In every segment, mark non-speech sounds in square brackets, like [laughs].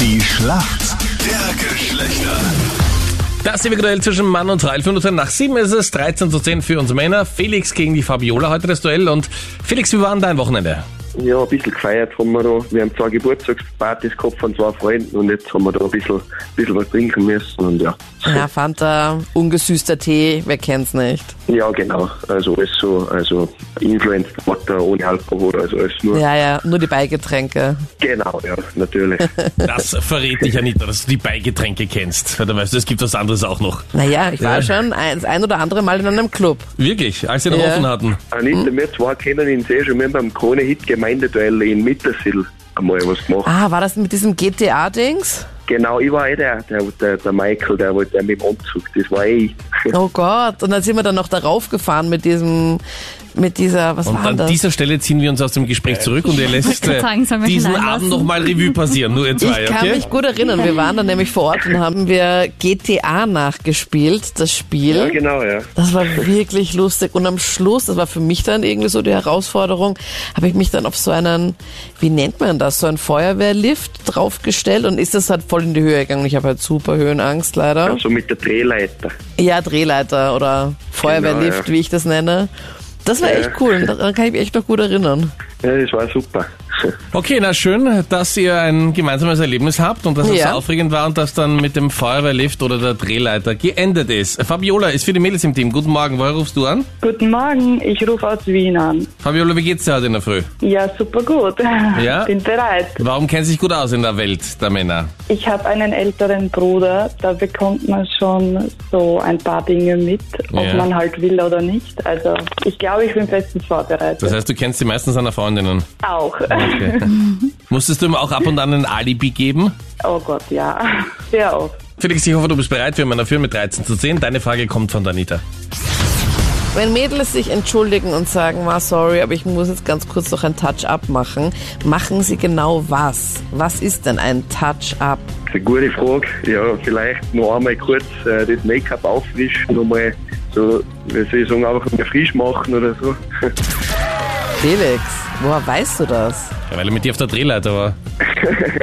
Die Schlacht der Geschlechter. Das ist Duell zwischen Mann und Frau. 11 Minuten nach 7 ist es, 13 zu 10 für uns Männer. Felix gegen die Fabiola heute das Duell. Und Felix, wie war denn dein Wochenende? Ja, ein bisschen gefeiert haben wir da. Wir haben zwei Geburtstagspartys gehabt von zwei Freunden und jetzt haben wir da ein bisschen, bisschen was trinken müssen und ja. Ja, Fanta, ungesüßter Tee, wer kennt's nicht? Ja, genau. Also alles so, also Influenced Water ohne Alkohol, also alles nur. Ja, ja, nur die Beigetränke. Genau, ja, [laughs] natürlich. Das verrät dich, Anita, dass du die Beigetränke kennst. Weil du weißt, es gibt was anderes auch noch. Naja, ich Ja. war schon ein, das ein oder andere Mal in einem Club. Wirklich, als sie noch Ja. offen hatten. Anita, wir zwei kennen ihn sehr schon. Wir haben beim Krone-Hit-Gemeindeduell in Mittersill einmal was gemacht. Ah, war das mit diesem GTA-Dings? Genau, ich war eh der, der, der, der Michael, der, wollte- der mit dem Anzug, das war eh ich. [laughs] Oh Gott, und dann sind wir dann noch darauf gefahren mit diesem, mit dieser, was Und war denn an das? dieser Stelle ziehen wir uns aus dem Gespräch zurück und ihr lässt wollte äh, gerade sagen, sollen wir diesen hineinlassen? Abend nochmal Revue passieren, nur ihr ich zwei, kann okay? mich gut erinnern, wir waren da nämlich vor Ort und haben wir GTA nachgespielt, das Spiel. Ja, genau, ja. Das war wirklich lustig. Und am Schluss, das war für mich dann irgendwie so die Herausforderung, habe ich mich dann auf so einen, wie nennt man das, so einen Feuerwehrlift draufgestellt und ist das halt voll in die Höhe gegangen. Ich habe halt super Höhenangst leider. Also mit der Drehleiter. Ja, Drehleiter oder Feuerwehrlift, Genau, ja. wie ich das nenne. Das war Ja. echt cool. Daran kann ich mich echt noch gut erinnern. Ja, das war super. [laughs] Okay, na schön, dass ihr ein gemeinsames Erlebnis habt und dass es Ja. so aufregend war und das dann mit dem Feuerwehrlift oder der Drehleiter geendet ist. Fabiola ist für die Mädels im Team. Guten Morgen, woher rufst du an? Guten Morgen, ich rufe aus Wien an. Fabiola, wie geht's dir heute in der Früh? Ja, super gut. [laughs] Ja? Bin bereit. Warum kennst du dich gut aus in der Welt der Männer? Ich habe einen älteren Bruder, da bekommt man schon so ein paar Dinge mit, ob Ja. man halt will oder nicht. Also ich glaube, ich bin bestens vorbereitet. Das heißt, du kennst die meisten seiner Freundinnen. Auch. Musstest du ihm auch ab und an ein Alibi geben? [laughs] Oh Gott, ja. Sehr oft. Felix, ich hoffe, du bist bereit. Wir haben einen Führer mit 13 zu 10. Deine Frage kommt von Danita. Wenn Mädels sich entschuldigen und sagen, ma sorry, aber ich muss jetzt ganz kurz noch ein Touch-up machen, machen sie genau was? Was ist denn ein Touch-up? Das ist eine gute Frage. Ja, vielleicht noch einmal kurz äh, das Make-up auffrischen, nochmal so, wie soll ich sagen, einfach mal frisch machen oder so. [laughs] Felix, woher weißt du das? Ja, weil er mit dir auf der Drehleiter war.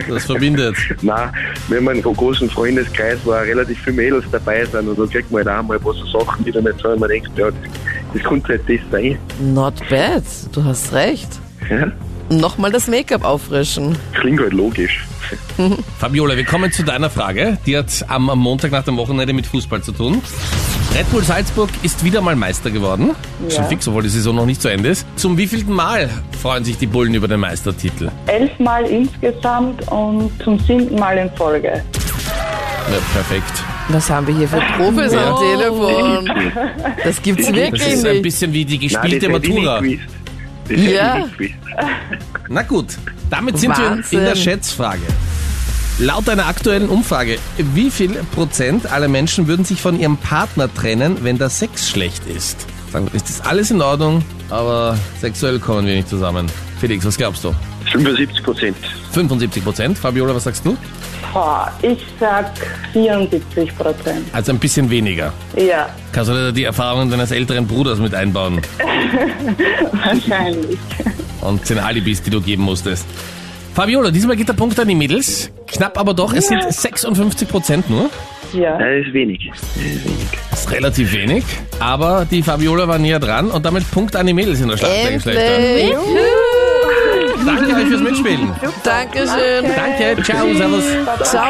Das verbindet. Nein, wenn man einen großen Freundeskreis war, relativ viele Mädels dabei sind und da kriegt man halt auch mal was so Sachen, die dann nicht so, wenn man denkt, ja, das, das könnte halt das sein. Not bad, du hast recht. Ja, Nochmal das Make-up auffrischen. klingt halt logisch. Fabiola, wir kommen zu deiner Frage. Die hat am am Montag nach dem Wochenende mit Fußball zu tun. Red Bull Salzburg ist wieder mal Meister geworden. Schon fix, obwohl die Saison noch nicht zu Ende ist. Zum wievielten Mal freuen sich die Bullen über den Meistertitel? Elfmal insgesamt und zum siebten Mal in Folge. Ja, perfekt. Was haben wir hier für Profis am Telefon? Das gibt's Das wirklich ist ein nicht. bisschen wie die Nein, gespielte das hätte ich nicht Matura. gewusst. Das hätte ich Ja. nicht gewusst. Na gut, damit sind wir Wahnsinn. in der Schätzfrage. Laut einer aktuellen Umfrage, wie viel Prozent aller Menschen würden sich von ihrem Partner trennen, wenn der Sex schlecht ist? Sagen wir, ist das alles in Ordnung, aber sexuell kommen wir nicht zusammen. Felix, was glaubst du? 75 Prozent. 75 Prozent. Fabiola, was sagst du? Boah, ich sag 74 Prozent. Also ein bisschen weniger. Ja, [laughs] Kannst du da die Erfahrungen deines älteren Bruders mit einbauen wahrscheinlich. und den Alibis, die du geben musstest? Fabiola, diesmal geht der Punkt an die Mädels. Knapp aber doch, es sind 56 Prozent nur. Ja. Nein, das ist wenig. Das ist wenig. ist relativ wenig, aber die Fabiola war näher dran und damit Punkt an die Mädels in der Schlacht der Geschlechter. Endlich. Danke euch fürs Mitspielen. Dankeschön. Danke, ciao, servus. Ciao.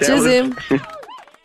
Ciao, servus. Tschüssi.